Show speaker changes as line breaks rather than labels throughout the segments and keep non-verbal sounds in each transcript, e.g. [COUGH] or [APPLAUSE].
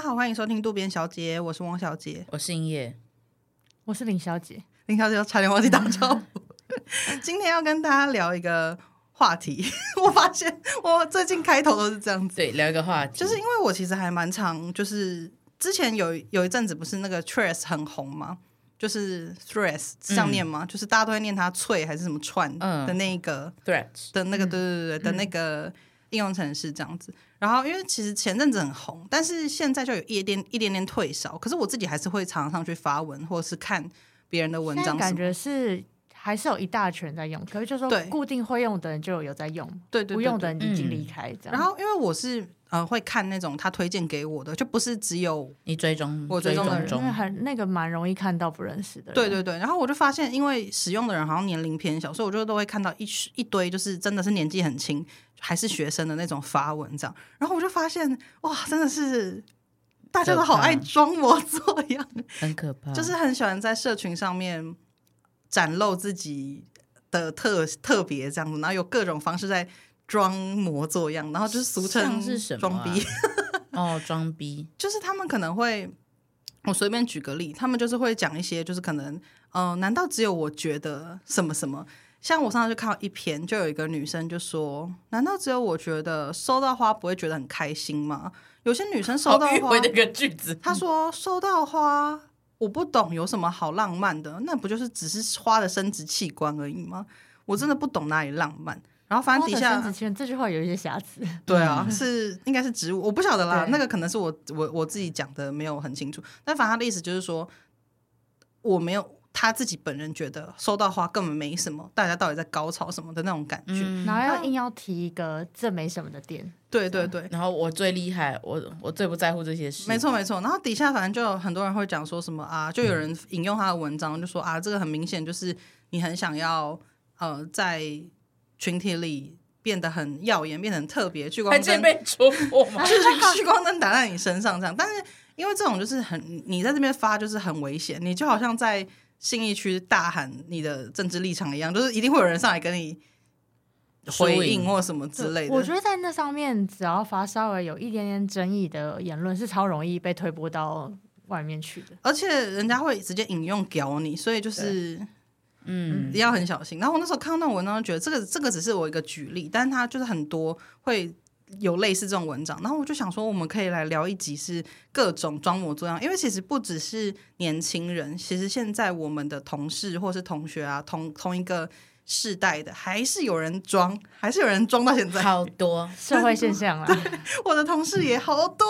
好，欢迎收听渡边小姐，我是汪小姐。
我是音乐，
我是林小姐，
林小姐差点忘记打招呼。今天要跟大家聊一个话题， [LAUGHS] 我发现我最近开头都是这样子，
对，聊一个话题，
就是因为我其实还蛮常，就是之前有有一阵子不是那个 Tres 很红吗？就是 Threads 这样念吗？就是大家都会念它“脆”还是什么“串”
嗯
的那一个、
threats，
的
嗯
那个，对对对对的那个应用程式这样子。然后因为其实前阵子很红，但是现在就有一点一点点退烧，可是我自己还是会常常去发文或是看别人的文
现在
章什
感
么。
觉是还是有一大群人在用，可是就是
对
说固定会用的人就有在用，
对对对
不用的人已经
嗯
离开这样。
然后因为我是呃会看那种他推荐给我的，就不是只有
你追踪
我追踪的人
因
中
为很那个蛮容易看到不认识的人，
对对对，然后我就发现，因为使用的人好像年龄偏小，所以我就都会看到一群一堆就是真的是年纪很轻，还是学生的那种发文这样。然后我就发现，哇，真的是大家都好爱
可怕
装模作样，
很可怕，
就是很喜欢在社群上面展露自己的特特别这样子，然后有各种方式在装模作样，然后就是俗称
像是什么啊
装逼。 [LAUGHS]
哦，装逼，
就是他们可能会，我随便举个例，他们就是会讲一些，就是可能，呃，难道只有我觉得什么什么？像我上次就看到一篇，就有一个女生就说：“难道只有我觉得收到花不会觉得很开心吗？”有些女生收
好
到
迂
花
回，的一个句子，
她说收到花，我不懂有什么好浪漫的，那不就是只是花的生殖器官而已吗？我真的不懂哪里浪漫。然后反正底
嗯花
下
的生殖器官这句话有一些瑕疵，
嗯
对啊，是应该是植物，我不晓得啦，
对
那个可能是我我我自己讲的没有很清楚，但反正他的意思就是说，我没有他自己本人觉得收到花根本没什么，大家到底在高潮什么的那种感觉，
嗯
然后要硬要提一个这没什么的点，
对对对。
然后我最厉害，我我最不在乎这些事，
没，错没错，然后底下反正就有很多人会讲说什么啊，就有人引用他的文章，就说啊，这个很明显就是你很想要呃在群体里变得很耀眼，变得很特别，聚光
[LAUGHS] 还
灯
真被戳破吗？
就是 [LAUGHS] 聚光灯打在你身上这样。但是因为这种就是很，你在这边发就是很危险，你就好像在信义区大喊你的政治立场一样，就是一定会有人上来跟你回应或什么之类的。
我觉得在那上面，只要发稍微有一点点争议的言论，是超容易被推播到外面去的。
而且人家会直接引用屌你，所以就是
嗯，
要很小心。然后我那时候看到那种文章，就觉得这个这个只是我一个举例，但是它就是很多会有类似这种文章。然后我就想说，我们可以来聊一集是各种装模作样，因为其实不只是年轻人，其实现在我们的同事或是同学啊，同同一个世代的，还是有人装，还是有人装到现嗯在。
好
[LAUGHS]
多，
社会现象啊啦，
我的同事也好
[LAUGHS]
多，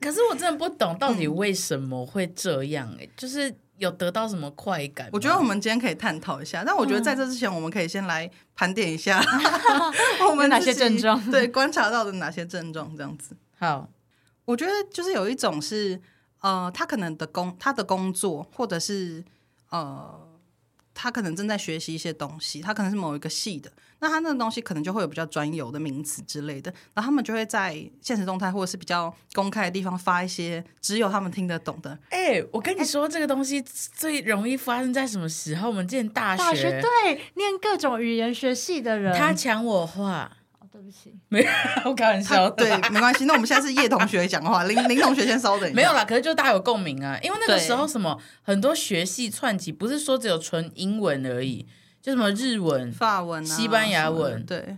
可是我真的不懂到底为什么会这样，哎，就是有得到什么快感吗？
我觉得我们今天可以探讨一下，但我觉得在这之前，我们可以先来盘点一下 [LAUGHS] 我们
嗯有哪
自己
些症状
对观察到的哪些症状这样子。
好，
我觉得就是有一种是，呃，他可能的工他的工作，或者是呃，他可能正在学习一些东西，他可能是某一个系的，那他那个东西可能就会有比较专有的名词之类的，然后他们就会在现实动态或者是比较公开的地方发一些只有他们听得懂的，
哎、我跟你说，这个东西最容易发生在什么时候？我们之前大
大学对念各种语言学系的人，
他抢
[LAUGHS]
我话，
哦对不起， [LAUGHS]
我开玩
他
笑的
对，没关系。那我们现在是叶同学讲话，林林同学先稍等一下，
没有啦，可是就大家有共鸣啊，因为那个
对
时候什么很多学系串起，不是说只有纯英文而已，就什么日文，
法文、啊、
西班牙文
什么的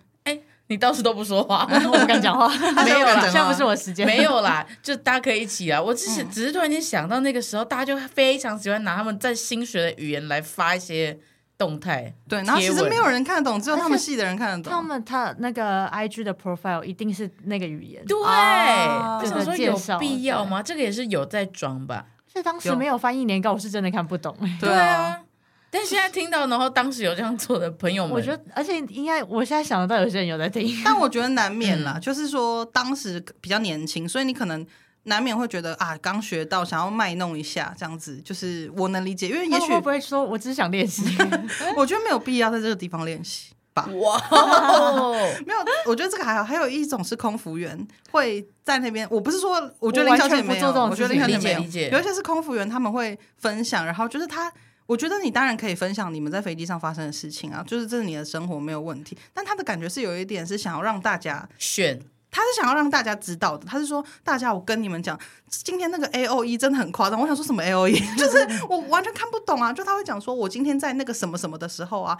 你倒是都不
[LAUGHS]
说话，
我不敢讲话，
对，
没有啦
他
[LAUGHS]
现
现
在
在
不
不
是
是我时间，
没有啦，就大家可以一起啊。我只是、
嗯
只是突然间想到那个时候，大家就非常喜欢拿他们在新学的语言来发一些动态，
对，然后其
贴
实
文
没有人看得懂，只有他们系的人看得
他
懂。
们他那个 I G 的 profile 一定是那个语言，啊
对，
哦
我想说
这个
有
介绍
必要吗？这个也是有在装吧。
所以当时
有
没有翻译年糕，我是真的看不懂。
对啊，，
但现在听到，然后当时有这样做的朋友们，
我觉得，而且应该，我现在想得到有些人有在听，
但我觉得难免
嗯
啦，就是说当时比较年轻，所以你可能难免会觉得啊，刚学到想要卖弄一下这样子，就是我能理解，因为也
他们
许
哦会不会说我只是想练习？
我觉得没有必要在这个地方练习吧。
哇哦，
没有，我觉得这个还好。还有一种是空服员会在那边，我不是说，我觉得林
我完
小姐
全不
没有，
做这种
我觉得
事
林
情
小姐
理
没
解
有
理解
有一些是空服员，他们会分享，然后就是他。我觉得你当然可以分享你们在飞机上发生的事情啊，就是这是你的生活没有问题。但他的感觉是有一点是想要让大家
选
他是想要让大家知道的。他是说，大家，我跟你们讲，今天那个 A O E 真的很夸张。我想说什么 A
[LAUGHS]
O E，就是我完全看不懂啊。就他会讲说，我今天在那个什么什么的时候啊，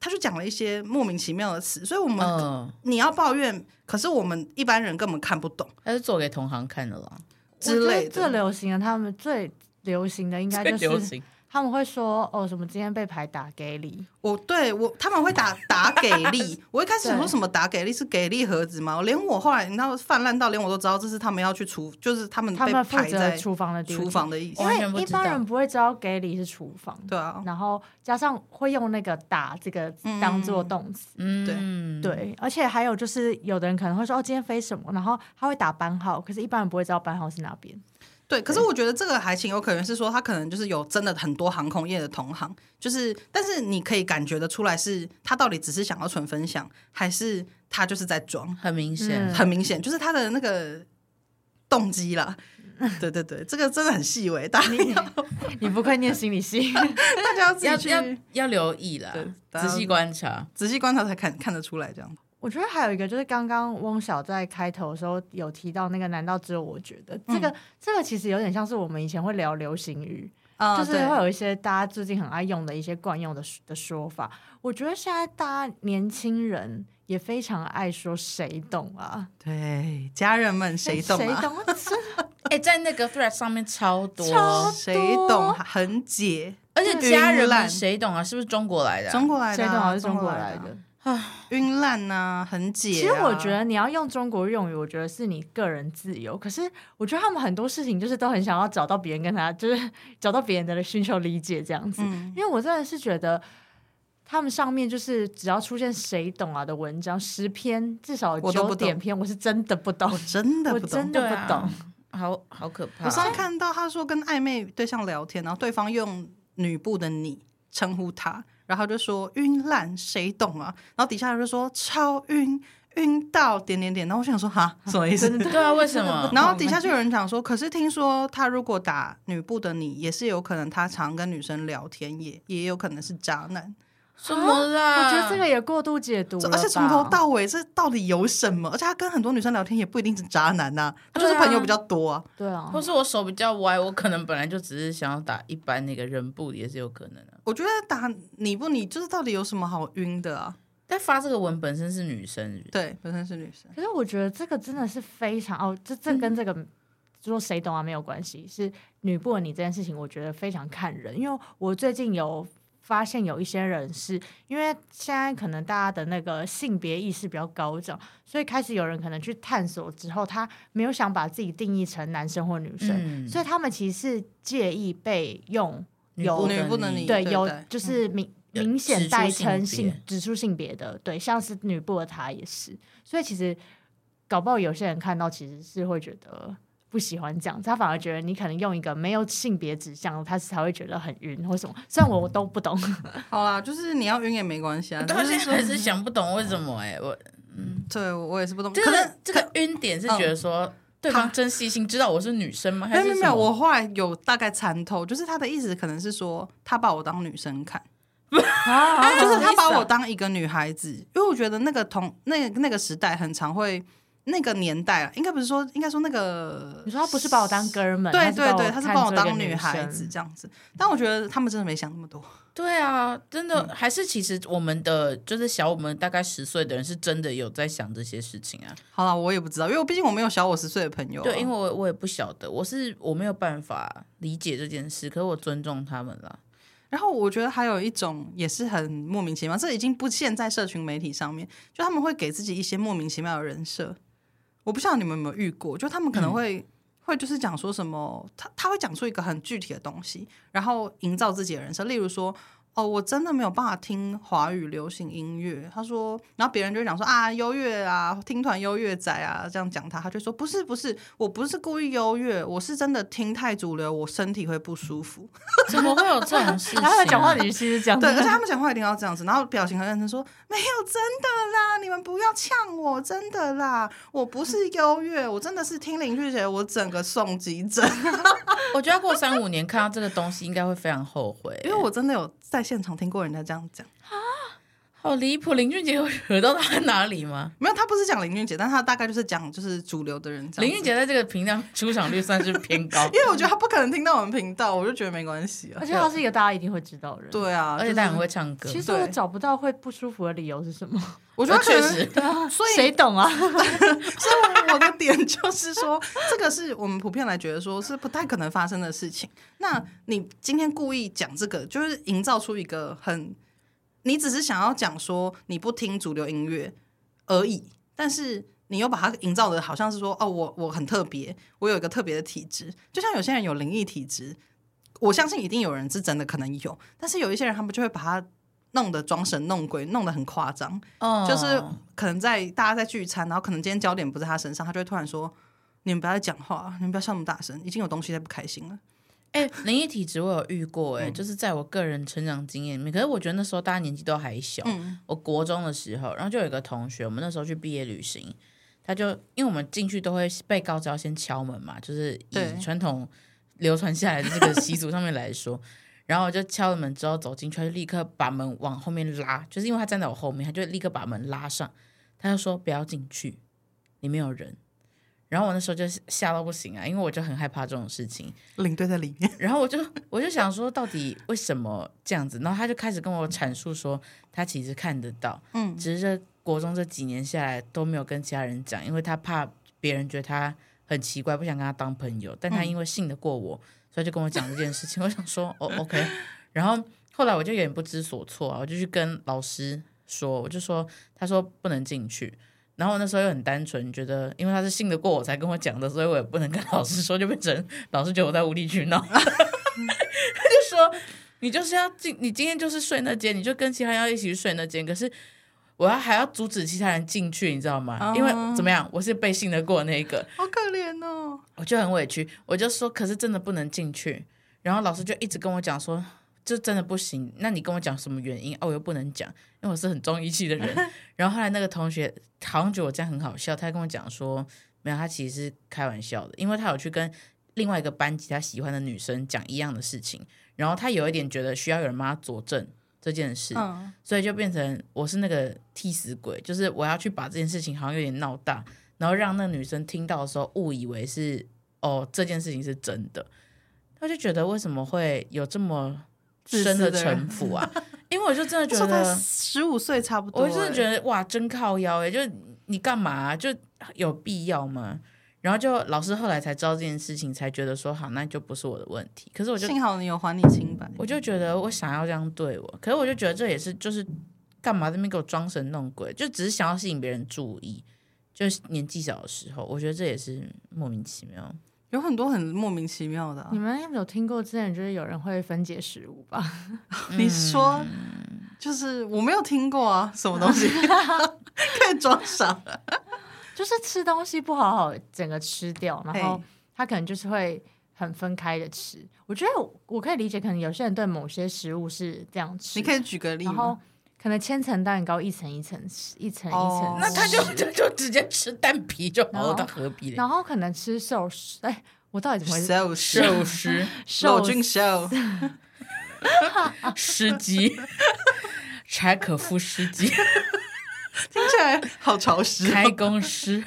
他就讲了一些莫名其妙的词，所以我们、
嗯，
你要抱怨，可是我们一般人根本看不懂
他是做给同行看的啦，
[LAUGHS]
之
我觉
类
得
的。
最流行的，他们最流行的应该
最
就
流
是
行。
他们会说哦，什么今天被牌打给你，
我对我他们会打
[LAUGHS]
打给力，我一开始想说什么打给力是给力盒子吗？我连我后来你知道泛滥到连我都知道这是他们要去厨，就是他们嗯
他
被
们负
排
责
在
厨房的地
厨，房的意思
因
完全不
为一
知道
般人不会知道给你是厨房，
对啊，
然后加上会用那个打这个当做动词。
嗯，
对，而且还有就是，有的人可能会说哦，今天飞什么，然后他会打班号，可是一般人不会知道班号是哪边。
对。可是我觉得这个还情有可原，是说他可能就是有真的很多航空业的同行，就是但是你可以感觉得出来是他到底只是想要纯分享，还是他就是在装，
很明显
嗯，
很明显就是他的那个动机
[LAUGHS]
啦。对对对，这个真的很细微，大家 [LAUGHS]
你 [LAUGHS] 你不愧念心理系，
大家要自
要
己去
要要留意啦
对，大家
仔细观察。
仔细观察才看看得出来这样。
[LAUGHS] 我觉得还有一个就是刚刚翁晓在开头的时候有提到那个，难道只有我觉得这个、这个其实有点像是我们以前会聊流行语，
啊
就是
对
会有一些大家最近很爱用的一些惯用的的说法。我觉得现在大家年轻人也非常爱说谁懂啊，
对，家人们谁懂
谁
啊？
懂啊， [LAUGHS] 真
哎，在那个 thread 上面超多，
超
谁懂？啊很解，
而且家人
云
们
烂
谁懂啊？是不是中国来的啊？
中国来的
谁
啊、
懂啊是
中
中国
来
来的。
啊，晕烂呐，很解、啊
其实我觉，得你要用中国用语，我觉得是你个人自由。可是我觉得他们很多事情就是都很想要找到别人跟他，就是 [LAUGHS] 找到别人的寻求理解这样子。
嗯，
因为我真的是觉得，他们上面就是只要出现谁懂啊的文章，十篇至少
我都不
九
懂
点篇，我是真的不懂
我。真的
我
不懂
真。
对
的
啊
不懂，
好好可怕。
我上次看到他说跟暧昧对象聊天，然后对方用女部的你称呼他，然后就说晕烂，谁懂啊？然后底下人就说超晕，晕到点点点。然后我想说哈，什么意思？
对啊，为
[LAUGHS]
什么？
然后底下就有人讲说，可是听说他如果打女部的你，也是有可能他常跟女生聊天，也也有可能是渣男。
什么啦？
我觉得这个也过度解读了吧。
嗯而且从头到尾，这到底有什么？而且他跟很多女生聊天也不一定是渣男呐、他就是
对啊
朋友比较多啊。
对啊
或，是我手比较歪，我可能本来就只是想要打一般那个人部也是有可能的、啊
我觉得打你不你就是到底有什么好晕的啊？
但发这个文本身是女生，
嗯
是不是
对，本身是女生，
可是我觉得这个真的是非常哦，这这
嗯
跟这个。说谁懂啊没有关系，是女不闻你这件事情，我觉得非常看人，因为我最近有发现有一些人是因为现在可能大家的那个性别意识比较高涨，所以开始有人可能去探索之后，他没有想把自己定义成男生或女生，
嗯，
所以他们其实是介意被用有
部
女
的
不能你
哦对
对
有
对嗯
就是明
有
明显代称
指出性
性
别
指出性别的，对，像是女部的她也是，所以其实搞不好有些人看到其实是会觉得不喜欢这样，他反而觉得你可能用一个没有性别指向，他才会觉得很晕或什么。虽然我我都不懂，
好啦，就是你要晕也没关系啊。
我
就
到现
是
在
说
还，是想不懂为什么哎、我
对我也是不懂，
这
可能
个这个晕点是觉得说、对方真细心知道我是女生吗？
没
还
有没有
是什
没有，
么？
我后来有大概参透，就是他的意思可能是说他把我当女生看。
[LAUGHS] 啊
就是
什么
他
哦意
把
思啊
我当一个女孩子，因为我觉得那个同那个那个时代很常会，那个年代啊，应该不是说，应该说那个
你，说他不是把我当哥们，
对对对，他
他
是
看
把我
作一个
当
女
孩
生
子这样子。但我觉得他们真的没想那么多，
对啊，真的、
嗯
还是其实我们的就是小我们大概十岁的人是真的有在想这些事情啊。
好了，我也不知道，因为我毕竟我没有小我十岁的朋友啊、
对，因为我我也不晓得，我是我没有办法理解这件事，可是我尊重他们
[LAUGHS]
啦。
然后我觉得还有一种也是很莫名其妙，这已经不现在社群媒体上面，就他们会给自己一些莫名其妙的人设。我不知道你们有没有遇过，就他们可能会、会就是讲说什么，他他会讲出一个很具体的东西，然后营造自己的人设，例如说。哦，我真的没有办法听华语流行音乐。他说，然后别人就会讲说啊，优越啊，听团优越仔啊，这样讲他，他就说不是不是，我不是故意优越，我是真的听太主流，我身体会不舒服。
怎么会有这种事情、
然后
啊？
他讲话语气是这样
对，
的，
而且他们讲话一定要这样子，然后表情很认真说：“没有，真的啦，你们不要呛我，真的啦，我不是优越，我真的是听林俊杰，我整个送急诊， [LAUGHS]
我觉得过三五年看到这个东西，应该会非常后悔，
因为我真的有在现场听过人家这样讲，
好好离谱！林俊杰有惹到他哪
[LAUGHS]
里吗？
没有，他不是讲林俊杰，但他大概就是讲就是主流的人这样子。，
林俊杰在这个频道出场率算是偏高
[LAUGHS] 因为我觉得他不可能听到我们频道，我就觉得没关系啊
而。且他是一个大家一定会知道的人。，
对啊，
而且他很会唱歌。哦
其实我找不到会不舒服的理由是什么，
我觉得
确
确实，
实，
所以
谁懂啊？
所以我的点就是说，这个是我们普遍来觉得说是不太可能发生的事情。那你今天故意讲这个，就是营造出一个很，你只是想要讲说你不听主流音乐而已，但是你又把它营造的好像是说哦，我我很特别，我有一个特别的体质，就像有些人有灵异体质，我相信一定有人是真的可能有，但是有一些人他们就会把它弄得装神弄鬼，弄得很夸张。
哦
就是可能在大家在聚餐，然后可能今天焦点不在他身上，他就会突然说：“你们不要再讲话，你们不要笑那么大声，已经有东西在不开心
[LAUGHS]
了。
哎、灵异体质我有遇过、
嗯
哎、就是在我个人成长经验里面，可是我觉得那时候大家年纪都还小，
嗯
我国中的时候，然后就有一个同学，我们那时候去毕业旅行，他就因为我们进去都会被告知要先敲门嘛，就是
对
以传统流传下来的这个习俗上面来说，然后我就敲了门之后走进去，他就立刻把门往后面拉，就是因为他站在我后面，他就立刻把门拉上，他就说不要进去，里面有人。然后我那时候就吓到不行啊，因为我就很害怕这种事情。”
领队在里面，
然后我就我就想说，到底为什么这样子？然后他就开始跟我阐述说，他其实看得到，
嗯
只是这国中这几年下来都没有跟其他人讲，因为他怕别人觉得他很奇怪，不想跟他当朋友。但他因为信得过我，所以就跟我讲这件事情。我想说，哦，OK。然后后来我就有点不知所措啊，我就去跟老师说，我就说，他说不能进去。然后我那时候又很单纯，觉得因为他是信得过我才跟我讲的，所以我也不能跟老师说，就变成老师觉得我在无理取闹。 [LAUGHS] 他就说你就是要进，你今天就是睡那间，你就跟其他人要一起去睡那间。可是我要还要阻止其他人进去，你知道吗？因为
哦
怎么样，我是被信得过那一个，
好可怜哦。
我就很委屈，我就说，可是真的不能进去。然后老师就一直跟我讲说，这真的不行。那你跟我讲什么原因？哦，我又不能讲，因为我是很重义气的人。然后后来那个同学好像觉得我这样很好笑，他跟我讲说，没有，他其实是开玩笑的，因为他有去跟另外一个班级他喜欢的女生讲一样的事情，然后他有一点觉得需要有人帮他佐证这件事，
嗯，
所以就变成我是那个替死鬼，就是我要去把这件事情好像有点闹大，然后让那个女生听到的时候误以为是哦这件事情是真的，她就觉得为什么会有这么深的城府 [LAUGHS] 啊？因为我就真的
那
觉
时候才
得，
十五岁差不多、哎
我就真的觉
得，
得哇，真靠腰哎、就是你干嘛啊、就有必要吗？然后就老师后来才知道这件事情，才觉得说好，那就不是我的问题。可是我就
幸好你有还你清白。
我就觉得我想要这样对我，可是我就觉得这也是就是干嘛在那边给我装神弄鬼，就只是想要吸引别人注意。就是年纪小的时候，我觉得这也是莫名其妙。
有很多很莫名其妙的啊、
嗯
你们有听过之前就是有人会分解食物吧？ [LAUGHS]
你说，就是我没有听过啊，什么东
[LAUGHS]
西可以装傻？
就是吃东西不好好整个吃掉，然
哎
后
嘿
他可能就是会很分开的吃。我觉得我我可以理解，可能有些人对某些食物是这样吃，
你可以举个例
然后
吗？
可能千层蛋糕一层一层吃，一层一层
哦
吃
[LAUGHS] 那他就就就直接吃蛋皮就好了，他何必呢？
然后可能吃寿司，哎，我到底怎么会
瘦瘦 [LAUGHS]
寿司、
罗
寿司
俊秀，
司机、柴可夫斯基、
听起来好潮湿、
开
哦。
公司，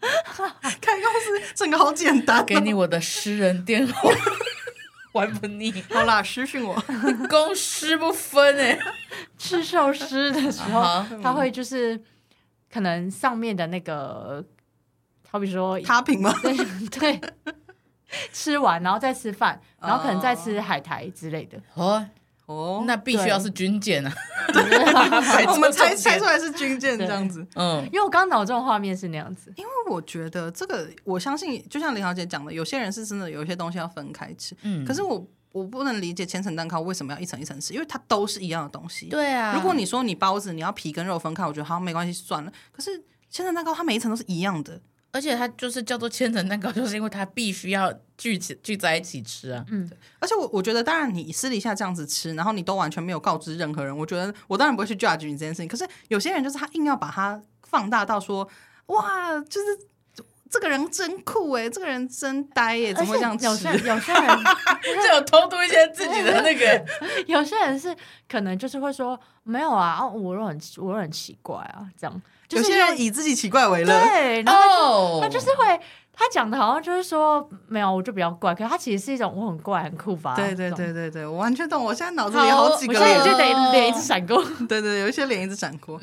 开公司整个好简单、哦，
给你我的私人电话， [LAUGHS] 玩
[LAUGHS]
不腻，
好啦，私讯我。
公私不分哎、
吃寿司的时
[LAUGHS]
啊
哦
候，
嗯
他会就是可能上面的那个，好比说
[LAUGHS] 他平吗？
[LAUGHS] 对对，吃完然后再吃饭，然后可能再吃海苔之类的。
哦，
[LAUGHS] 哦，
那必须
对
要是军
[LAUGHS]
舰啊！
我们
才
猜猜出来是军舰这样子。
嗯，
因为我刚刚脑中的画面是那样子，
因为我觉得这个，我相信就像林小姐讲的，有些人是真的有一些东西要分开吃。
嗯
可是我我不能理解千层蛋糕为什么要一层一层吃，因为它都是一样的东西。、
对啊
如果你说你包子你要皮跟肉分开，我觉得好像没关系算了。可是千层蛋糕它每一层都是一样的，
而且它就是叫做千层蛋糕，就是因为它必须要聚起聚在一起吃啊。
而且我我觉得，当然你私底下这样子吃，然后你都完全没有告知任何人，我觉得我当然不会去 judge 你这件事情。可是有些人就是他硬要把它放大到说，哇，就是这个人真酷哎、这个人真呆耶、怎么会这样
有些
吃？
有些人 [LAUGHS]
就有偷渡一些自己的那个，
有些人是可能就是会说没有啊，啊我都很我都很奇怪啊，这样就
有
是
些人以自己奇怪为乐，
对，然后他就
哦，
他就是会，他讲的好像就是说没有，我就比较怪，可是他其实是一种我很怪、很酷吧？
对对
这种，
对对对，我完全懂。我现在脑子里有
好
好几
我
个
现在
人，
就
哦
得脸一直闪过。
对对对，有一些脸一直闪过。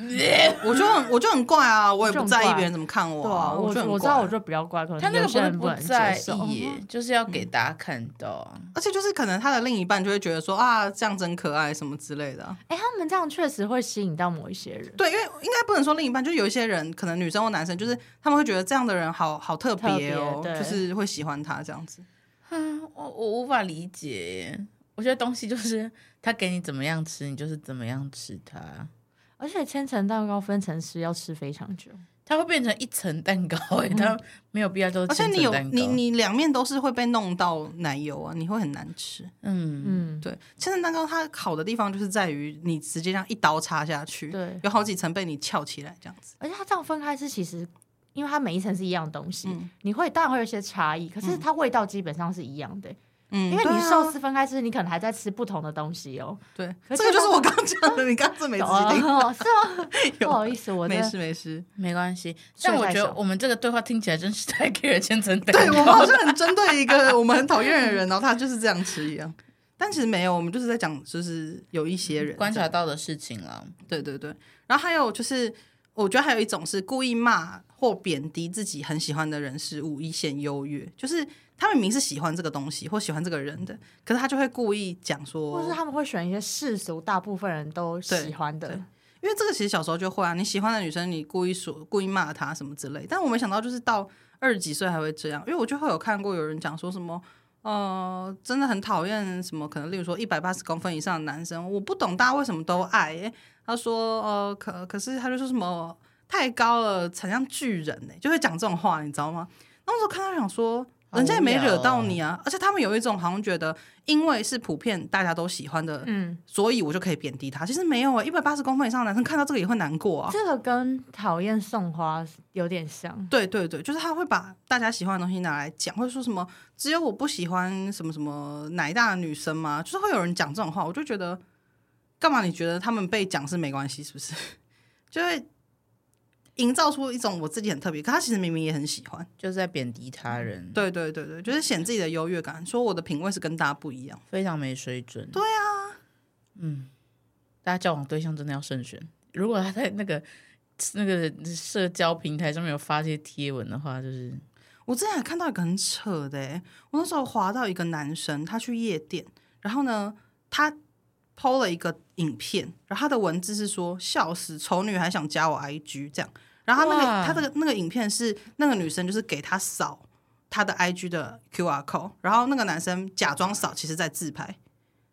我就很我就很怪啊，我也不在意别人怎么看我
对啊，我
我就很
我知
怪
道，我就比较怪，可能
他那个
有
不
些
是
人
不
能
在
接受。
意耶，就是要给大家看到啊。
而且就是可能他的另一半就会觉得说啊，这样真可爱什么之类的啊。
哎、他们这样确实会吸引到某一些人，
对，因为应该不能说另一半，就是有一些人，可能女生或男生，就是他们会觉得这样的人好好特别哦
特，别对
就是会喜欢他这样子。
嗯，我我无法理解耶。我觉得东西就是他给你怎么样吃，你就是怎么样吃它。
而且千层蛋糕分层吃要吃非常久。
它会变成一层蛋糕、欸，它没有必要都是
而且
千
你
层
有
蛋糕。
你你两面都是会被弄到奶油啊，你会很难吃。
嗯，
嗯，
对，千层蛋糕它好的地方就是在于你直接这样一刀插下去，
对
有好几层被你翘起来这样子。
而且它这样分开吃，其实因为它每一层是一样的东西，
嗯
你会当然会有一些差异，可是它味道基本上是一样的、
嗯，
因为你
对啊
寿司分开吃，你可能还在吃不同的东西哦、
对，
可
这
是
个就是
它
我刚刚讲的，你刚刚是没仔细听。
哦，是吗？
[LAUGHS] 有
不好意思，我
没
在
事没事，
没关系。
睡
但我
太
觉得
少
我们这个对话听起来真是太给人千层蛋
对
糕。
我们好像很针对一个我们很讨厌的人，然后他就是这样吃一样。但其实没有，我们就是在讲，就是有一些人
观
这样
察到的事情了。
对对对，然后还有就是，我觉得还有一种是故意骂或贬低自己很喜欢的人事物，以显优越。就是他明明是喜欢这个东西或喜欢这个人的，可是他就会故意讲说
或，是他们会选一些世俗大部分人都喜欢
对对
的，
因为这个其实小时候就会啊，你喜欢的女生你故意说故意骂她什么之类，但我没想到就是到二十几岁还会这样，因为我就会有看过有人讲说什么。呃，真的很讨厌什么？可能例如 [LAUGHS] 说一百八十公分以上的男生，我不懂大家为什么都爱、欸。他说，呃，可可是他就说什么太高了，才像巨人呢、就会讲这种话，你知道吗？那时候看到想说，
好
人家也没
无聊
惹到
哦
你啊，而且他们有一种好像觉得，因为是普遍大家都喜欢的
嗯，
所以我就可以贬低他。其实没有啊，一百八十公分以上的男生看到这个也会难过啊。
这个跟讨厌送花有点像。
对对对，就是他会把大家喜欢的东西拿来讲，会说什么只有我不喜欢什么什么奶大的女生吗？就是会有人讲这种话，我就觉得干嘛？你觉得他们被讲是没关系是不是？ [LAUGHS] 就会营造出一种我自己很特别，可他其实明明也很喜欢。
就是在贬低他人，，
对对对对，就是显自己的优越感，说我的品味是跟大家不一样。
非常没水准。对啊，嗯，大家交往对象真的要慎选。如果他在那个那个社交平台上面有发这些贴文的话，就是
我之前还看到一个很扯的、欸，我那时候滑到一个男生，他去夜店，然后呢，他 PO 了一个影片，然后他的文字是说“笑死，丑女还想加我 IG” 这样，然后他那
哇
个他的那个影片是那个女生就是给他扫他的 IG 的 QR code，然后那个男生假装扫，其实在自拍。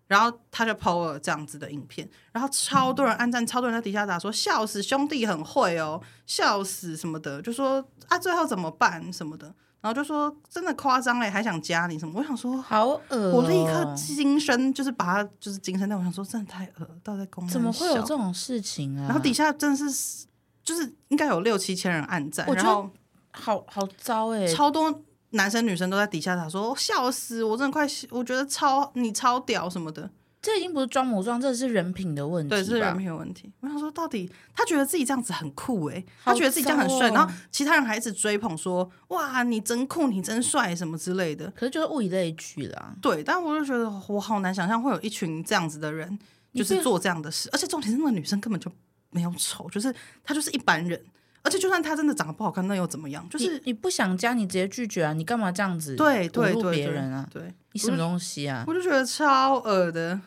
然后他就 PO 了这样子的影片，然后超多人按赞，超多人在底下打说笑死兄弟很会哦，笑死什么的，就说啊最后怎么办什么的，然后就说真的夸张哎，还想加你什么？我想说，
好恶、
我立刻精神就是把他就是精神但我想说真的太恶了，到底在公
怎么会有这
种？
种事情啊？
然后底下真的是就是应该有六七千人按赞，
我觉
然
得
后
好好糟哎、
超多男生女生都在底下打说笑死，我真的快，我觉得超你超屌什么的，
这已经不是装模作样，这是人品的问题吧。
对，这是人品有问题。我想说，到底他觉得自己这样子很酷诶、
好
他觉得自己这样很帅，
糟哦
然后其他人还一直追捧说哇你真酷，你真帅什么之类的。
可是就是物以类聚啦。
对，但我就觉得我好难想象会有一群这样子的人，就是做这样的事。而且重点是，那个女生根本就没有丑，就是她就是一般人。而且就算她真的长得不好看，那又怎么样？就
就是你你不想加，你直接拒绝啊！你干嘛这样子
对对对
侮辱
对
别人啊？
对，
你什么东西啊？
我就觉得超恶的。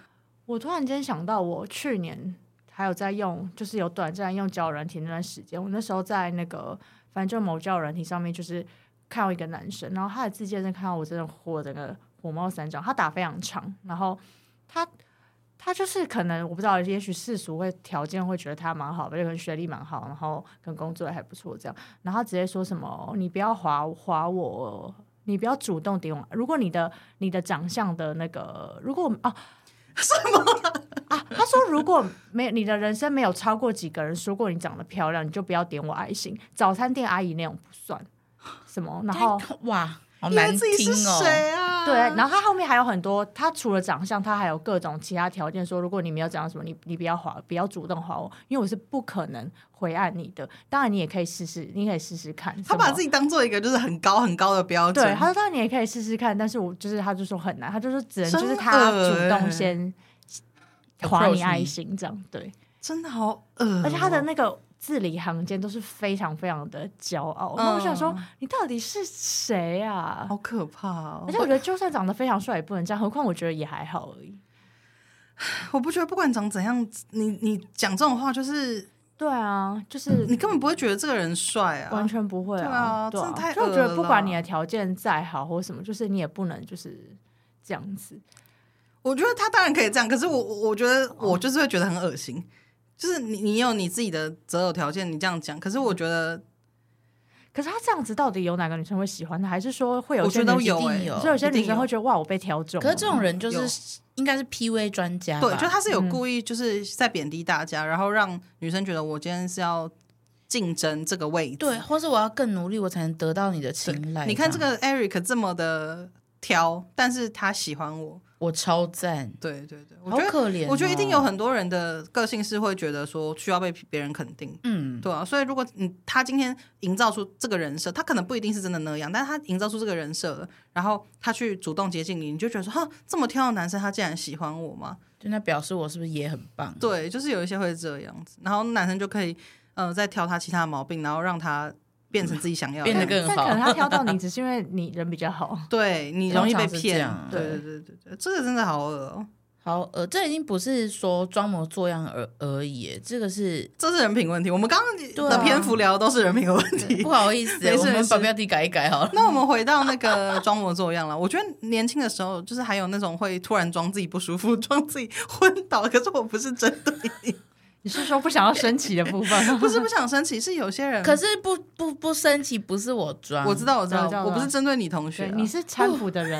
我突然间想到，我去年还有在用，就是有短暂用交友软体那段时间，我那时候在那个反正就某交友软体上面，就是看到一个男生，然后他的自荐是看到我真的火整个火冒三丈，他打非常长，然后他他就是可能我不知道，也许世俗会条件会觉得他蛮好吧，就可能学历蛮好，然后跟工作也还不错这样，然后他直接说什么哦你不要划划我。你不要主动点我。如果你的你的长相的那个，如果我们哦、啊，他说如果没有你的人生没有超过几个人说过你长得漂亮，你就不要点我爱心。早餐店阿姨那种不算。什么，然后
哇，好
因为
难
自己
听
是
哦。
谁啊？
对，然后他后面还有很多，他除了长相，他还有各种其他条件说如果你没有怎样什么，你你不要划，不要主动划我，因为我是不可能回按你的。当然你也可以试试，你可以试试看。
他把自
己
己当做一个就是很高很高的标准，
对，他说当然你也可以试试看，但是我就是他就说很难，他就说只能就是
真
他
恶
主动
欸
先划
Approach
你爱
你
心这样对，
真的好恶哦、
而且他的那个。字里行间都是非常非常的骄傲，那、我想说
嗯，
你到底是谁啊？
好可怕哦！
而且我觉得，就算长得非常帅，也不能这样。何况我觉得也还好而已。
我不觉得不管长怎样，你你讲这种话，就是
对啊，就是
你根本不会觉得这个人帅嗯啊，
完全不会啊，
对啊真的太
就我觉得，
恶
不管
了
你的条件再好或什么，就是你也不能就是这样子。
我觉得他当然可以这样，可是我我我觉得我就是会觉得很恶心。就是你你有你自己的择偶条件，你这样讲，可是我觉得
可是他这样子，到底有哪个女生会喜欢他？还是说会有
我
些
觉
女
得
生
都有
一
哎、
定有
所以有些
一定
女生
有
会觉得哇，我被挑中了。
可是这种人就
有
是应该是 P V 专家吧，
对，就他是有
嗯
故意就是在贬低大家，然后让女生觉得我今天是要竞争这个位置。
对，或是我要更努力，我才能得到你的青睐。
你看这
样，
个 Eric 这么的挑，但是他喜欢我。
我超赞，
对对对，我
好
觉得、
可怜哦。
我觉得一定有很多人的个性是会觉得说需要被别人肯定。
嗯，
对啊，所以如果你他今天营造出这个人设，他可能不一定是真的那样，但是他营造出这个人设了，然后他去主动接近你，你就觉得说，哈，这么挑的男生，他竟然喜欢我吗？
就那表示我是不是也很棒？
对，就是有一些会这样子，然后男生就可以，呃，再挑他其他的毛病，然后让他变成自己想要的
变
样
得
子，
更
但
好
可能他挑到
[LAUGHS]
你，只是因为你人比较好。
对你容易被
通常是这
骗
样。
对对对对对，这个真的好恶哦、
好，呃，这已经不是说装模作样而而已耶，这个是
这是人品问题。我们刚刚
对啊
的篇幅聊的都是人品的问题
不。好意思耶，
没事
我
没
们
事
把标题改一改好了。
那我们回到那个装模作样了。我觉得年轻的时候，就是还有那种会突然装自己不舒服、 [LAUGHS] 装自己昏倒。可是我不是针对你，
你是说不想要升旗的部分？
不是不想生气，是有些人。
可是不不不升旗不是我装，
我知道，我知
知道
道，
知
我
道
不是针对你同学
嗯对，
啊、
你是搀扶
[LAUGHS]
的人。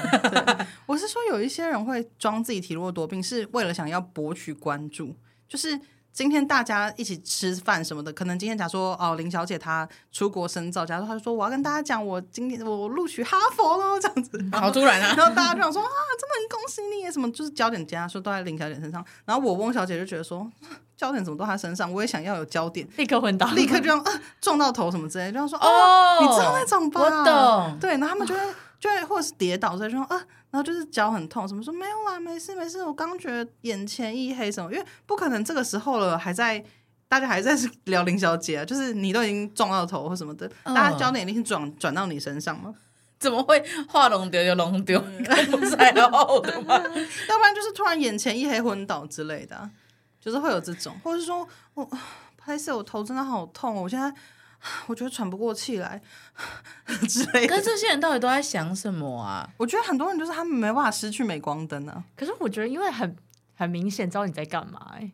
我是说有一些人会装自己体弱多病，是为了想要博取关注，就是。今天大家一起吃饭什么的，可能今天假如说哦，林小姐她出国深造，假如她就说我要跟大家讲，我今天我录取哈佛喽，这样子，
好突
[LAUGHS]
然啊！
然后大家就想说啊，真的很恭喜你耶，什么就是焦点加说都在林小姐身上。然后我翁小姐就觉得说，焦点怎么都在她身上，我也想要有焦点，
立刻昏倒，
立刻就让、啊、撞到头什么之类的，就像说哦，
哦，
你知道那种吧？
我懂，
对，然后他们就会就会或者是跌倒之类，就说啊，然后就是脚很痛，什么说没有啦，没事没事，我刚觉得眼前一黑什么，因为不可能这个时候了还在。大家还在聊林小姐啊，就是你都已经撞到头或什么的，
嗯
大家焦点一定转转到你身上嘛。
怎么会画龙丢就龙丢？
嗯
不是还要我的吗？
要不然就是突然眼前一黑昏倒之类的啊、就是会有这种，或者是说我 [SIGHS] 啊拍摄我头真的好痛哦，我现在 [SIGHS] 啊我觉得喘不过气来 [LAUGHS] 之类
可
的。
是这些人到底都在想什么啊？
我觉得很多人就是他们没办法失去镁光灯啊，
可是我觉得，因为很很明显知道你在干嘛、欸，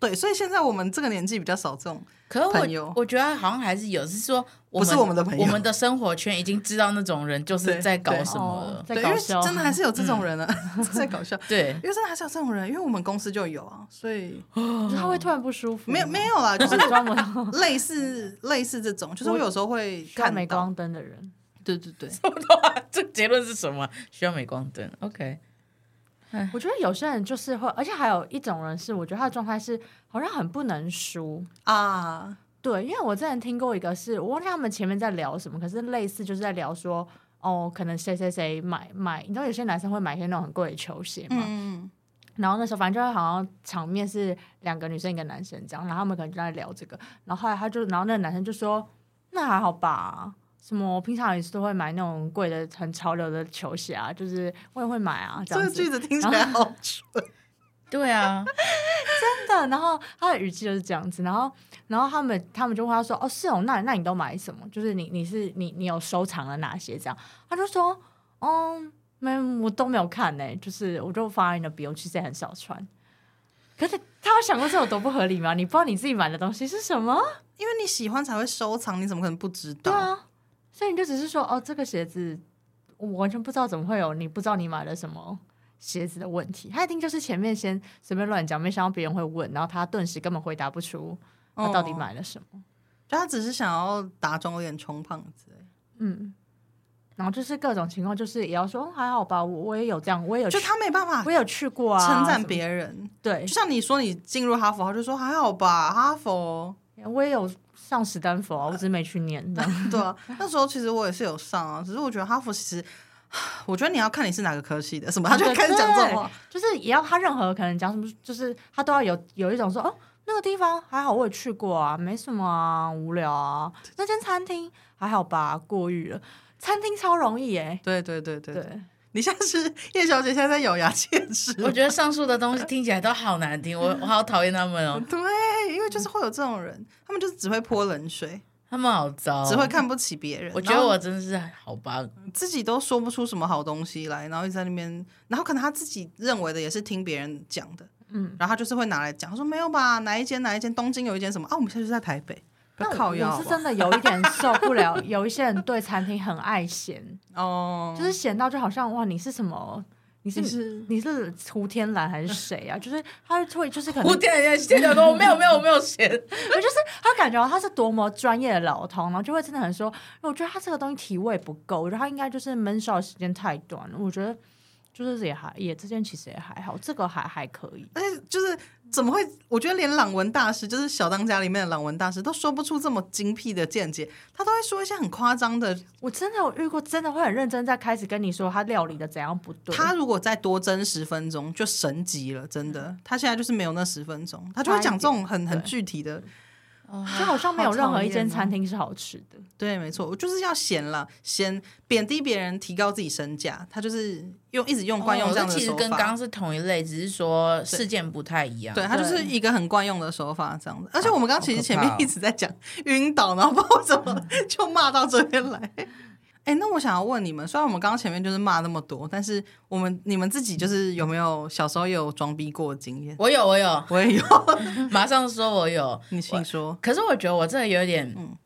对，所以现在我们这个年纪比较少这种，
可是
朋友
我我觉得好像还是有，是说我
不是我们的朋友
我们的生活圈已经知道那种人就是在搞
对
什么了。
在
对，因哦
搞
为
笑，
真的还是有这种人啊， [LAUGHS] 在搞笑，
对， [LAUGHS]
因为真的还是有这种人，因为我们公司就有啊，所以
就是他会突然不舒服，
哦没
[LAUGHS]
有没有啦，就是
装模作
类似类似这种，就是我有时候会
装
看
镁
到，
光灯的人，
对对对，
这结论是什么？需要镁光灯？OK，
我觉得有些人就是会，而且还有一种人是，我觉得他的状态是好像很不能输。
啊，
对，因为我之前听过一个是，我忘记他们前面在聊什么，可是类似就是在聊说，哦，可能谁谁谁买买，你知道有些男生会买一些那种很贵的球鞋嘛，
嗯，
然后那时候反正就是好像场面是两个女生一个男生这样，然后他们可能就在聊这个，然后后来他就，然后那个男生就说：“那还好吧，什么我平常也是都会买那种贵的、很潮流的球鞋啊，就是我也会买啊，这
这
样
个
子
句子听起来好蠢。
对
[LAUGHS]
啊，
真的。”然后他的语气就是这样子，然后然后他们他们就问他说：“哦，是哦，那那你都买什么？就是你你是你你有收藏了哪些？”这样他就说：“嗯，没有，我都没有看呢、就是我就放在那边，我其实也很少穿。”可是他有想过这有多不合理吗？你不知道你自己买的东西是什么？
因为你喜欢才会收藏，你怎么可能不知
对
道？
啊，所以你就只是说哦，这个鞋子我完全不知道怎么会有你不知道你买了什么鞋子的问题，他一定就是前面先随便乱讲，没想到别人会问，然后他顿时根本回答不出他到底
哦
买了什么。
就他只是想要打肿脸充胖子而已。
嗯，然后就是各种情况，就是也要说、嗯、还好吧，我我也有这样，我也有去
就，他没办法
我也有去过啊，
称
什
赞
么
别人。
对
就，像你说你进入哈佛，他就说还好吧，哈
[LAUGHS]
佛。
我也有上史丹佛啊，我只是没去念这样。
对啊，那时候其实我也是有上啊，只是我觉得哈佛其实，我觉得你要看你是哪个科系的，什 [LAUGHS] 么他就
啊对
开始讲这种话。
就是也要他任何可能讲什么，就是他都要有有一种说哦，那个地方还好，我也去过啊，没什么啊，无聊啊。那间餐厅还好吧，过誉了。餐厅超容易耶、
对对对对，
对，
你现在是叶小姐，现在在咬牙切齿。
我觉得上述的东西听起来都好难听，我我好讨厌他们哦，
[LAUGHS] 对，因为就是会有这种人，他们就是只会泼冷水，
他们好
哦
糟，
只会。看不起别人。
我觉
然
得
后
我真是好棒，
自己都说不出什么好东西来，然后一直在那边，然后可能他自己认为的也是听别人讲的，
嗯。
然后他就是会拿来讲，他说没有吧，哪一间哪一间，东京有一间什么啊，我们现在就是在台北，不
那
要
我
靠
我
腰啊
是真的有一点受不了，有一些人对餐厅很爱咸，
哦，
就是咸到就好像哇，你是什么？你是
你是
你是胡天蓝还是谁啊？就是他会就是可能
我点人家写的说我没有没有我没有写，
我就是他感觉哦到他是多么专业的老头，然后就会真的很说，我觉得他这个东西体味不够，我觉得他应该就是闷烧的时间太短了。我觉得就是也还也这件其实也还好，这个还还可以。
而且哎就是怎么会？我觉得连朗文大师，就是小当家里面的朗文大师，都说不出这么精辟的见解，他都会说一些很夸张的。
我真的有遇过，真的会很认真在开始跟你说他料理的怎样不对，
他如果再多蒸十分钟，就神级了，真
嗯
的。他现在就是没有那十分钟，他就会讲这种很
对
很具体的。
就好像没有任何一间餐
厅。
厅是好吃的。
[LAUGHS] 对，没错，我就是要闲了，闲贬低别人，提高自己身价。他就是用一直 [LAUGHS] 用惯用
哦
这样的
其实
手
跟刚
法，
刚是同一类，只是说事件不太一样。
对他就是一个很惯用的手法这样子。而且我们刚刚其实前
好可
面
怕哦
一直在讲 [LAUGHS] 晕倒，然后不知道为什
[LAUGHS]
么就骂到这边来。哎、那我想要问你们，虽然我们刚刚前面就是骂那么多，但是我们你们自己就是有没有小时候也有装逼过的经验？
我有我有，
我也有，
马上说我有。
你请说。
可是我觉得我这个有点，
嗯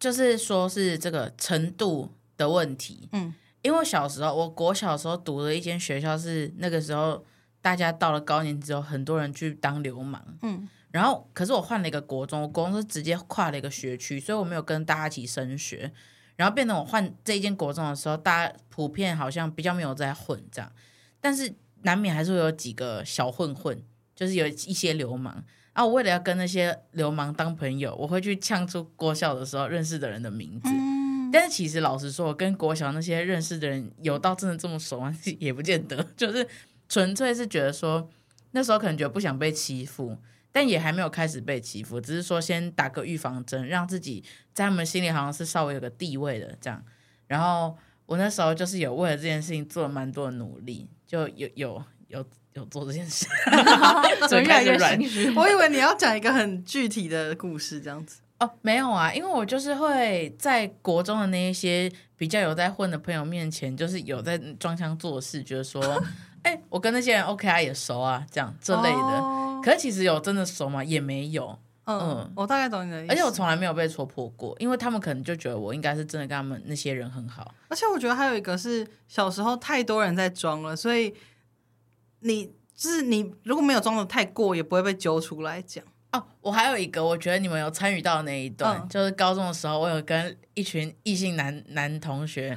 就是说是这个程度的问题。
嗯，
因为我小时候，我国小的时候读的一间学校是那个时候大家到了高年级后，很多人去当流氓。
嗯，
然后可是我换了一个国中，我国中是直接跨了一个学区，所以我没有跟大家一起升学。然后变成我换这一间国中的时候，大家普遍好像比较没有在混这样，但是难免还是会有几个小混混，就是有一些流氓。啊，我为了要跟那些流氓当朋友，我会去呛出国小的时候认识的人的名字。
嗯
但是其实老实说，我跟国小那些认识的人有到真的这么熟吗？ [LAUGHS] 也不见得，就是纯粹是觉得说那时候可能觉得不想被欺负，但也还没有开始被欺负，只是说先打个预防针，让自己在他们心里好像是稍微有个地位的这样。然后我那时候就是有为了这件事情做了蛮多的努力，就有有有有做这件事，
我
所以
越来
开始
越
软
[LAUGHS]
心虚。
我以为你要讲一个很具体的故事，这样子。
哦，没有啊，因为我就是会在国中的那一些比较有在混的朋友面前，就是有在装腔作势，觉得说，哎、我跟那些人 OK 啊，也熟啊，这样这类的。
哦
可是其实有真的熟吗？也没有，嗯
嗯，我大概懂你的意思。
而且我从来没有被戳破过，因为他们可能就觉得我应该是真的跟他们那些人很好。
而且我觉得还有一个是小时候太多人在装了，所以你就是你如果没有装的太过，也不会被揪出来讲。
哦，我还有一个，我觉得你们有参与到的那一段，
嗯
就是高中的时候，我有跟一群异性男男同学，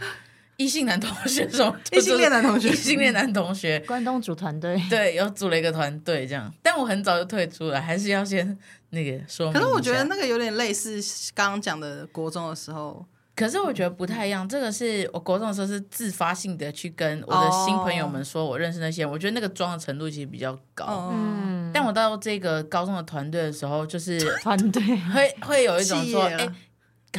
异性男同学什么？
异性恋男同学
异性恋男同学，
关东煮团队， [LAUGHS]
对，有组了一个团队这样，但我很早就退出了，还是要先那个说明一
可
下。
是我觉得那个有点类似刚刚讲的国中的时候，
可是我觉得不太一样。这个是我国中的时候是自发性的去跟我的新朋友们说，我认识那些人，我觉得那个装的程度其实比较高。
嗯，
嗯，
但我到这个高中的团队的时候，就是
团队
会会有一种说，
企业
哎、
啊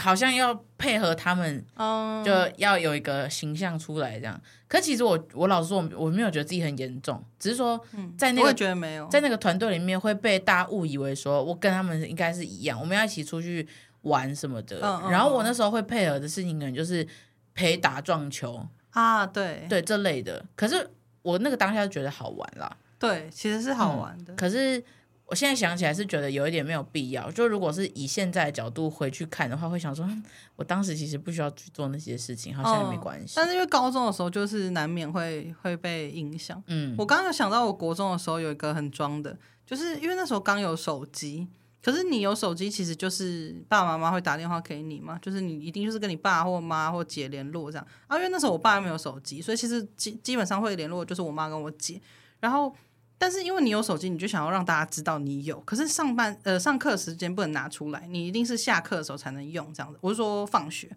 好像要配合他们，
嗯
就要有一个形象出来这样。可其实我我老实说，我我没有觉得自己很严重，只是说在
嗯
那
我
个
也觉得没有。
在那个团队里面会被大家误以为说我跟他们应该是一样，我们要一起出去玩什么的。
嗯嗯
然后我那时候会配合的事情可能就是陪打撞球，
啊，对
对这类的。可是我那个当下就觉得好玩啦，
对，其实是好玩的。
可是我现在想起来是觉得有一点没有必要。就如果是以现在的角度回去看的话，会想说， [LAUGHS] 嗯我当时其实不需要去做那些事情，好像也没关系。
但是因为高中的时候，就是难免会会被影响。
嗯，
我刚刚有想到，我国中的时候有一个很装的，就是因为那时候刚有手机，可是你有手机，其实就是爸爸妈妈会打电话给你嘛，就是你一定就是跟你爸或妈或姐联络这样。啊，因为那时候我爸没有手机，所以其实基基本上会联络就是我妈跟我姐。然后，但是因为你有手机，你就想要让大家知道你有。可是上班呃上课时间不能拿出来，你一定是下课的时候才能用这样子。我是说放学，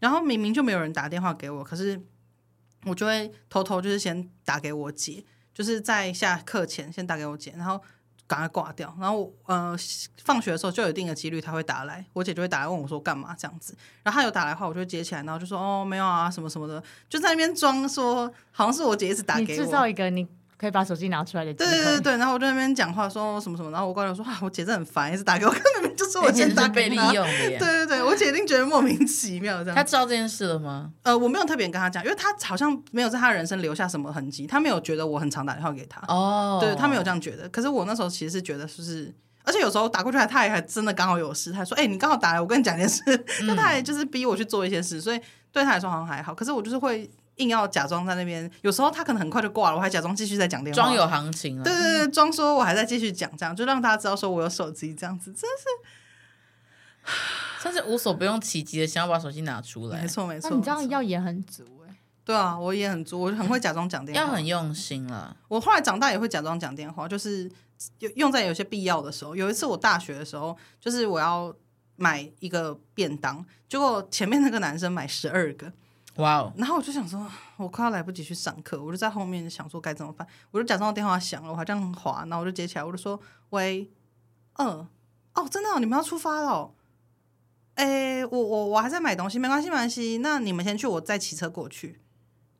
然后明明就没有人打电话给我，可是我就会偷偷就是先打给我姐，就是在下课前先打给我姐，然后赶快挂掉。然后呃，放学的时候就有一定的几率他会打来，我姐就会打来问我说干嘛这样子。然后他有打来的话，我就会接起来，然后就说哦没有啊什么什么的，就在那边装说好像是我姐一直打
你
给我。
制造一个你可以把手机拿出来的机
[LAUGHS] 对
会。
对对对，然后我就在那边讲话说什么什么，然后我挂掉说 [LAUGHS] 啊，我姐真的很烦，一直打给我，根本就是我 [LAUGHS]
而且
先打
是
给
被利
她。
用的
对
耶。
对对，我姐一定觉得莫名其妙这
他
样。
知道这件事了吗？
呃，我没有特别跟她讲，因为她好像没有在她人生留下什么痕迹，她没有觉得我很常打电话给她，
哦，
对她没有这样觉得。可是我那时候其实是觉得就是。而且有时候打过去，她也还真的刚好有事。她说：“哎、你刚好打来，我跟你讲件事。就她也就是逼我去做一些事，所以对她来说好像还好。可是我就是会硬要假装在那边，有时候她可能很快就挂了，我还假装继续在讲电话。
装有行情了。
对对对，装说我还在继续讲，这样就让大家知道说我有手机，这样子，这
算是无所不用其极的想要把手机拿出来
没，错没
那
错。
你这样
没错
要演很足哎、
对啊，我也很足，我很会假装讲电
要
话。
很用心了。
我后来长大也会假装讲电话，就是用用在有些必要的时候。有一次我大学的时候，就是我要买一个便当，结果前面那个男生买十二个，
哇哦，
然后我就想说，我快要来不及去上课，我就在后面想说该怎么办，我就假装电话响了，我还这样滑，然后我就接起来，我就说：“喂，嗯，哦，真的、哦，你们要出发了、哦？哎，我我我还在买东西，没关系，没关系，那你们先去，我再骑车过去，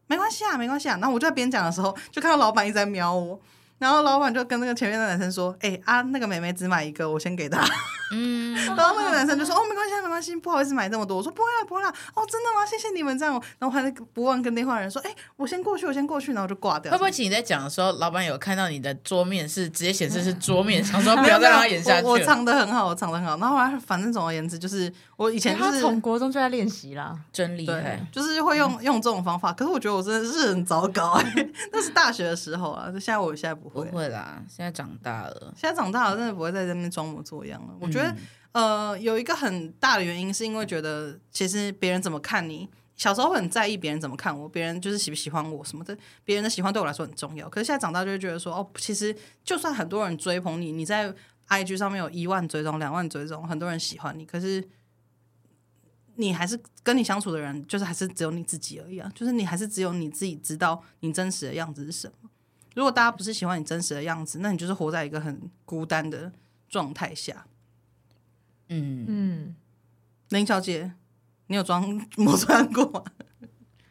没关系啊，没关系啊。”然后我就在边讲的时候，就看到老板一直在瞄我，然后老板就跟那个前面的男生说：“哎啊，那个妹妹只买一个，我先给她。”
嗯，
[LAUGHS] 然后那个男生就说：“哦，没关系啊，没关系，不好意思买这么多。”我说：“不会啦，不会啦。”哦，真的吗？谢谢你们这样哦。然后还不忘跟电话人说：“哎、我先过去，我先过去。”然后就挂掉。
会不会其实你在讲的时候，老板有看到你的桌面是直接显示是桌面，想说不要再让他演下
[LAUGHS]
去
我我
了？
藏的很好，我藏的很好。然后后来反正总而言之，就是我以
哎
前就
他
是
从国中就在练习啦，
真厉
对
害，，
就是会
嗯
用用这种方法。可是我觉得我真的是很糟糕、哎， [LAUGHS] 那是大学的时候啊，就现在我现在不
不
会。
会啦，现在长大了，
现在长大了，真的不会在那边装模作样了。我觉得、呃，有一个很大的原因是因为觉得其实别人怎么看你，小时候会很在意别人怎么看我，别人就是喜不喜欢我什么的，别人的喜欢对我来说很重要。可是现在长大就会觉得说，哦，其实就算很多人追捧你，你在 IG 上面有一万追踪、两万追踪，很多人喜欢你，可是。你还是跟你相处的人，就是还是只有你自己而已啊，就是你还是只有你自己知道你真实的样子是什么。如果大家不是喜欢你真实的样子，那你就是活在一个很孤单的状态下。
嗯，
嗯，
林小姐，你有装魔穿过吗？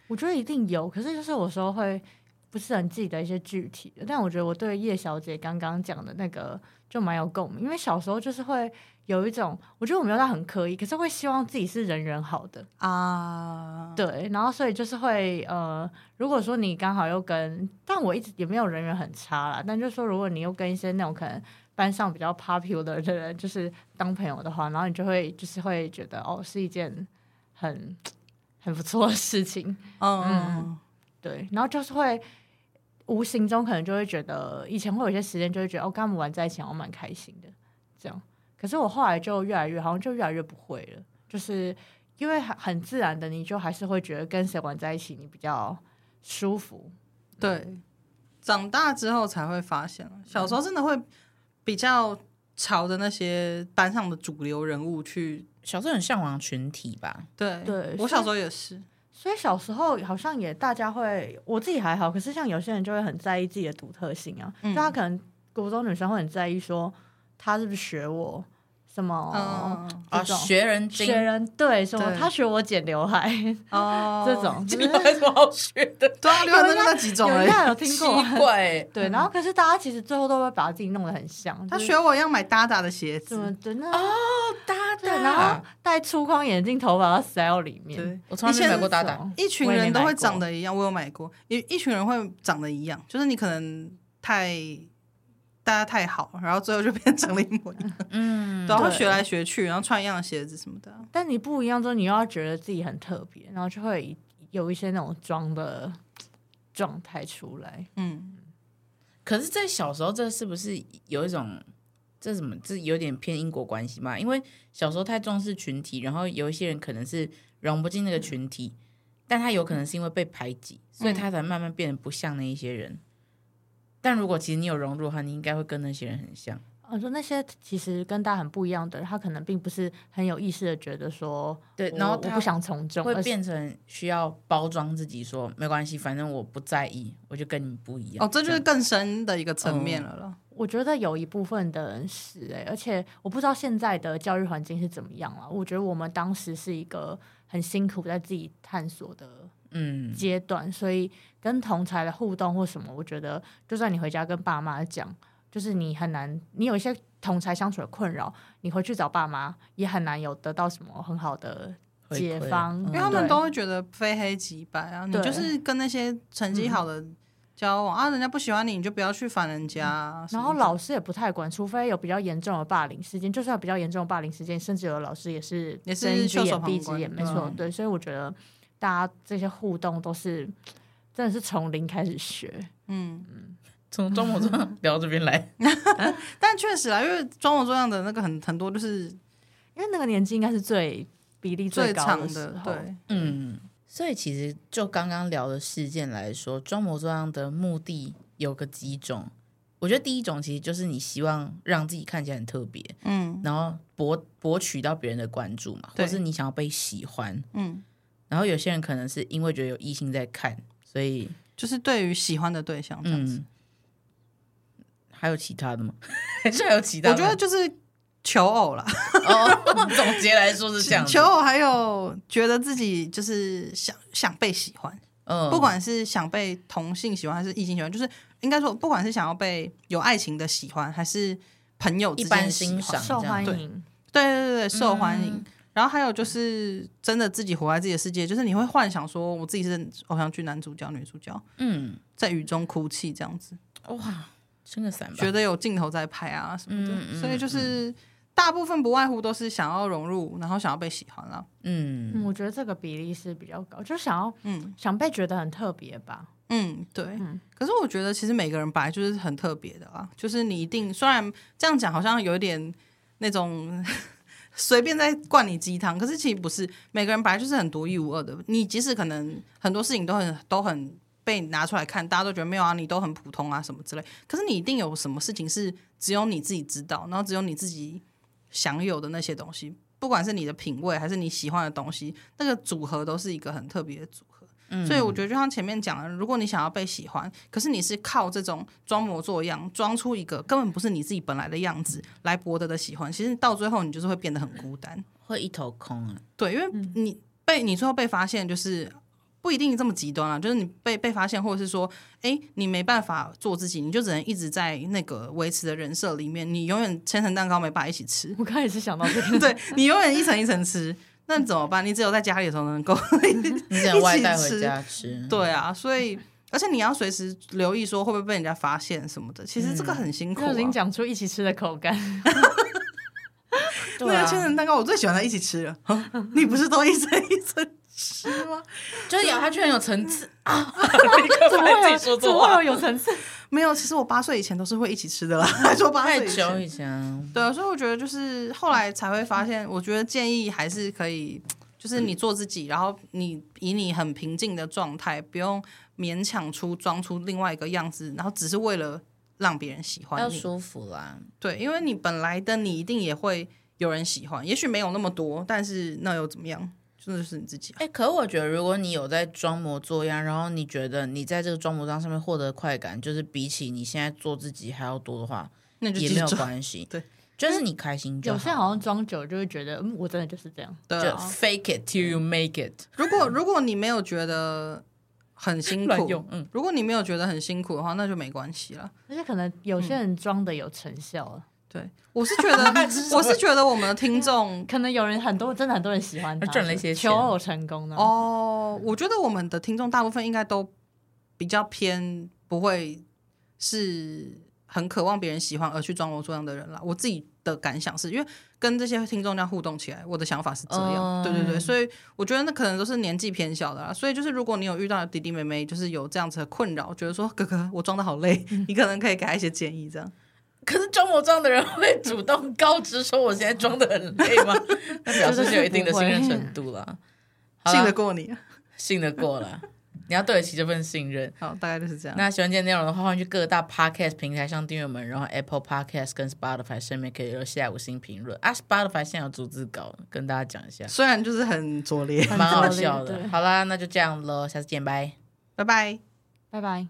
我觉得一定有，可是就是有时候会不是很记得一些具体的，但我觉得我对叶小姐刚刚讲的那个就蛮有共鸣，因为小时候就是会有一种，我觉得我没有到很刻意，可是会希望自己是人人好的，
啊，
对，然后所以就是会呃，如果说你刚好又跟，但我一直也没有人缘很差啦，但就是说如果你又跟一些那种可能班上比较 popular 的人就是当朋友的话，然后你就会就是会觉得哦是一件很很不错的事情，
嗯，
对，然后就是会无形中可能就会觉得，以前会有一些时间就会觉得，哦，跟他们玩在一起，我蛮开心的，这样。可是我后来就越来越，好像就越来越不会了，就是因为很很自然的，你就还是会觉得跟谁玩在一起你比较舒服。
对，长大之后才会发现，啊小时候真的会比较朝着那些班上的主流人物去。
小时候很向往群体吧，
对，
对
我小时候也是，
所以小时候好像也大家会，我自己还好，可是像有些人就会很在意自己的独特性啊，
嗯
就他可能国中女生会很在意说，她是不是学我什么。
嗯，
啊，
这种
学人精 [LAUGHS]
学，人对什么？
对
他学我剪刘海
哦，
这
[LAUGHS]
种，就是
有什么好学的？
对啊，流行的就那几种
有
而
人嗯
已。
有听
奇
过？
怪
[LAUGHS]
欸，
对，然后可是大家其实最后都会把自己弄得很像，
他
就是
学我一样买搭搭的鞋
怎么
子，
的呢？
搭
对，然后戴粗框眼镜，头发要塞到里面。
对，
我从啊来没买过搭
以
档
前，
一群人都会长得一样，我有买过，一一群人会长得一样，就是你可能太大家太好，然后最后就变成了一模一
[LAUGHS]
样，
嗯，
然后
对
学来学去，然后穿一样的鞋子什么的啊。
但你不一样之后，你又要觉得自己很特别，然后就会有一些那种装的状态出来。
嗯，
可是，在小时候，这是不是有一种这什么？这有点偏因果关系嘛？因为小时候太重视群体，然后有一些人可能是融不进那个群体，但他有可能是因为被排挤，所以他才慢慢变得不像那一些人。但如果其实你有融入的话，你应该会跟那些人很像。
我哦说那些其实跟大家很不一样的人，他可能并不是很有意识的觉得说，
对，
我
然后
我
他
不想从众，
会
而是
变成需要包装自己说，没关系，反正我不在意，我就跟你们不一样。
哦，这就是
样
更深的一个
嗯
层面了了。
我觉得有一部分的人是哎、而且我不知道现在的教育环境是怎么样了。我觉得我们当时是一个很辛苦在自己探索的
嗯，
阶段，所以跟同才的互动或什么，我觉得就算你回家跟爸妈讲，就是你很难，你有一些同才相处的困扰，你回去找爸妈也很难有得到什么很好的
回馈嗯
解放，
因
因为他们
嗯对
都会觉得非黑即白啊，你
对嗯
就是跟那些成绩好的交往、啊，人家不喜欢你，你就不要去烦人家啊、
嗯然后
什么
老师也不太管，除非有比较严重的霸凌事件。就算有比较严重的霸凌事件，甚至有的老师也是
也是
睁一只
袖手
眼
旁
闭一只
观
眼，没
对啊
错，对。所以我觉得大家这些互动都是真的是从零开始学，
嗯，
从中午上聊这边来，
但确实啊，因为装模作样的那个很很多就是
因为那个年纪应该是最比例
最
高
长
时
的，
候。
对，
嗯，所以其实就刚刚聊的事件来说，装模作样的目的有个几种。我觉得第一种其实就是你希望让自己看起来很特别，
嗯
然后博博取到别人的关注嘛，或
对
是你想要被喜欢。
嗯，
然后有些人可能是因为觉得有异性在看，所以
就是对于喜欢的对象这样子，
嗯，还有其他的吗？还 [LAUGHS] 是还有其他
我
的
觉
吗？
得就是求偶啦，
[LAUGHS] 哦，总结
[LAUGHS]
来说是这样子，
求偶还有觉得自己就是想想被喜欢，
嗯
不管是想被同性喜欢还是异性喜欢，就是应该说，不管是想要被有爱情的喜欢，还是朋友之
一
间的
般
喜
欣
欢，
赏
受
这样
欢
子，
迎，
对对对对，受欢迎。
嗯
然后还有就是真的自己活在自己的世界，就是你会幻想说我自己是偶像剧男主角、女主角，
嗯，
在雨中哭泣这样子，
哇，撑个伞吧，
觉得有镜头在拍啊什么的，
嗯嗯
所以就是。大部分不外乎都是想要融入，然后想要被喜欢啦。
嗯
嗯，我觉得这个比例是比较高，就想要
嗯
想被觉得很特别吧。
嗯，对。
嗯
可是我觉得其实每个人本来就是很特别的啦，就是你一定虽然这样讲好像有一点那种 [LAUGHS] 随便在灌你鸡汤，可是其实不是，每个人本来就是很独一无二的。你即使可能很多事情都很都很被拿出来看，大家都觉得没有啊，你都很普通啊什么之类，可是你一定有什么事情是只有你自己知道，然后只有你自己享有的那些东西。不管是你的品味还是你喜欢的东西，那个组合都是一个很特别的组合。所以我觉得就像前面讲的，如果你想要被喜欢，可是你是靠这种装模作样，装出一个根本不是你自己本来的样子来博得的喜欢，其实到最后你就是会变得很孤单。
会一头空啊，
对，因为你被你最后被发现，就是不一定这么极端啊，就是你被被发现，或者是说，哎，你没办法做自己，你就只能一直在那个维持的人设里面，你永远千层蛋糕没办法一起吃， [LAUGHS]
我刚才也是想到这个，
对你永远一层一层吃，那怎么办？你只有在家里的时候能够
你只能外带回家吃，
对啊，所以而且你要随时留意说会不会被人家发现什么的，其实这个
嗯
很辛苦、啊。
就已经讲出一起吃的口感，
那
对
个千
啊，
层蛋糕我最喜欢在一起吃了，哼你不是都一层 [LAUGHS] 一层吃吗？
就是咬下去很有层
[LAUGHS]
次啊，
[LAUGHS]
[LAUGHS]
怎
怎
么会有
己说
怎
错
么
话？
会有有层次？
没有，其实我八岁以前都是会一起吃的啦，还说八
太
岁以
久
前。
以前啊，
对啊，所以我觉得就是后来才会发现，我觉得建议还是可以，就是你做自己，然后你以你很平静的状态，不用勉强出装出另外一个样子，然后只是为了让别人喜欢
要
你。
舒服啦，
对，因为你本来的你一定也会有人喜欢，也许没有那么多，但是那又怎么样？真的是你自己、啊。
哎、可我觉得，如果你有在装模作样，然后你觉得你在这个装模作样上面获得的快感，就是比起你现在做自己还要多的话，
那你就
也
继
没
续
有
做，
关系。
[LAUGHS] 对，
就是你开心就
有
好。
些好像装久就会觉得，嗯，我真的就是这样。
对
就
啊。
fake it till you make it，
如果如果你没有觉得很辛
乱
苦
用，，嗯，
如果你没有觉得很辛苦的话，那就没关系了。
而且可能有些人装的有成效啊了，
对，我
[LAUGHS]
是觉得，我是觉得我们的听众
可能有人很多真的很多人喜欢他，
赚了一些钱
求偶成功
嗯
的。
哦，我觉得我们的听众大部分应该都比较偏不会是很渴望别人喜欢而去装模作样的人啦。我自己的感想是因为跟这些听众这样互动起来，我的想法是这样。
哦
对对对，所以我觉得那可能都是年纪偏小的啦。所以就是如果你有遇到弟弟妹 [LAUGHS]
嗯
妹，就是有这样子的困扰，觉得说哥哥我装的好累，你可能可以给他一些建议，这样。
可是装模作样的人会主动告知说我现在装的很累吗？ [LAUGHS] 那表示是有一定的信任程度了，好啦
信得过你啊。
信得过
[LAUGHS]
了，你要对得起这份信任。
好，大概就是这样。
那喜欢今天内容的话，欢迎去各大 podcast 平台上订阅我们，然后 Apple Podcast 跟 Spotify 上面可以留下五星评论啊。Spotify 现在有逐字稿，跟大家讲一下，
虽然就是很
[LAUGHS]
拙劣，
蛮好笑
很早的
的。
对
好啦，那就这样喽，下次见，拜。
拜拜。
拜拜。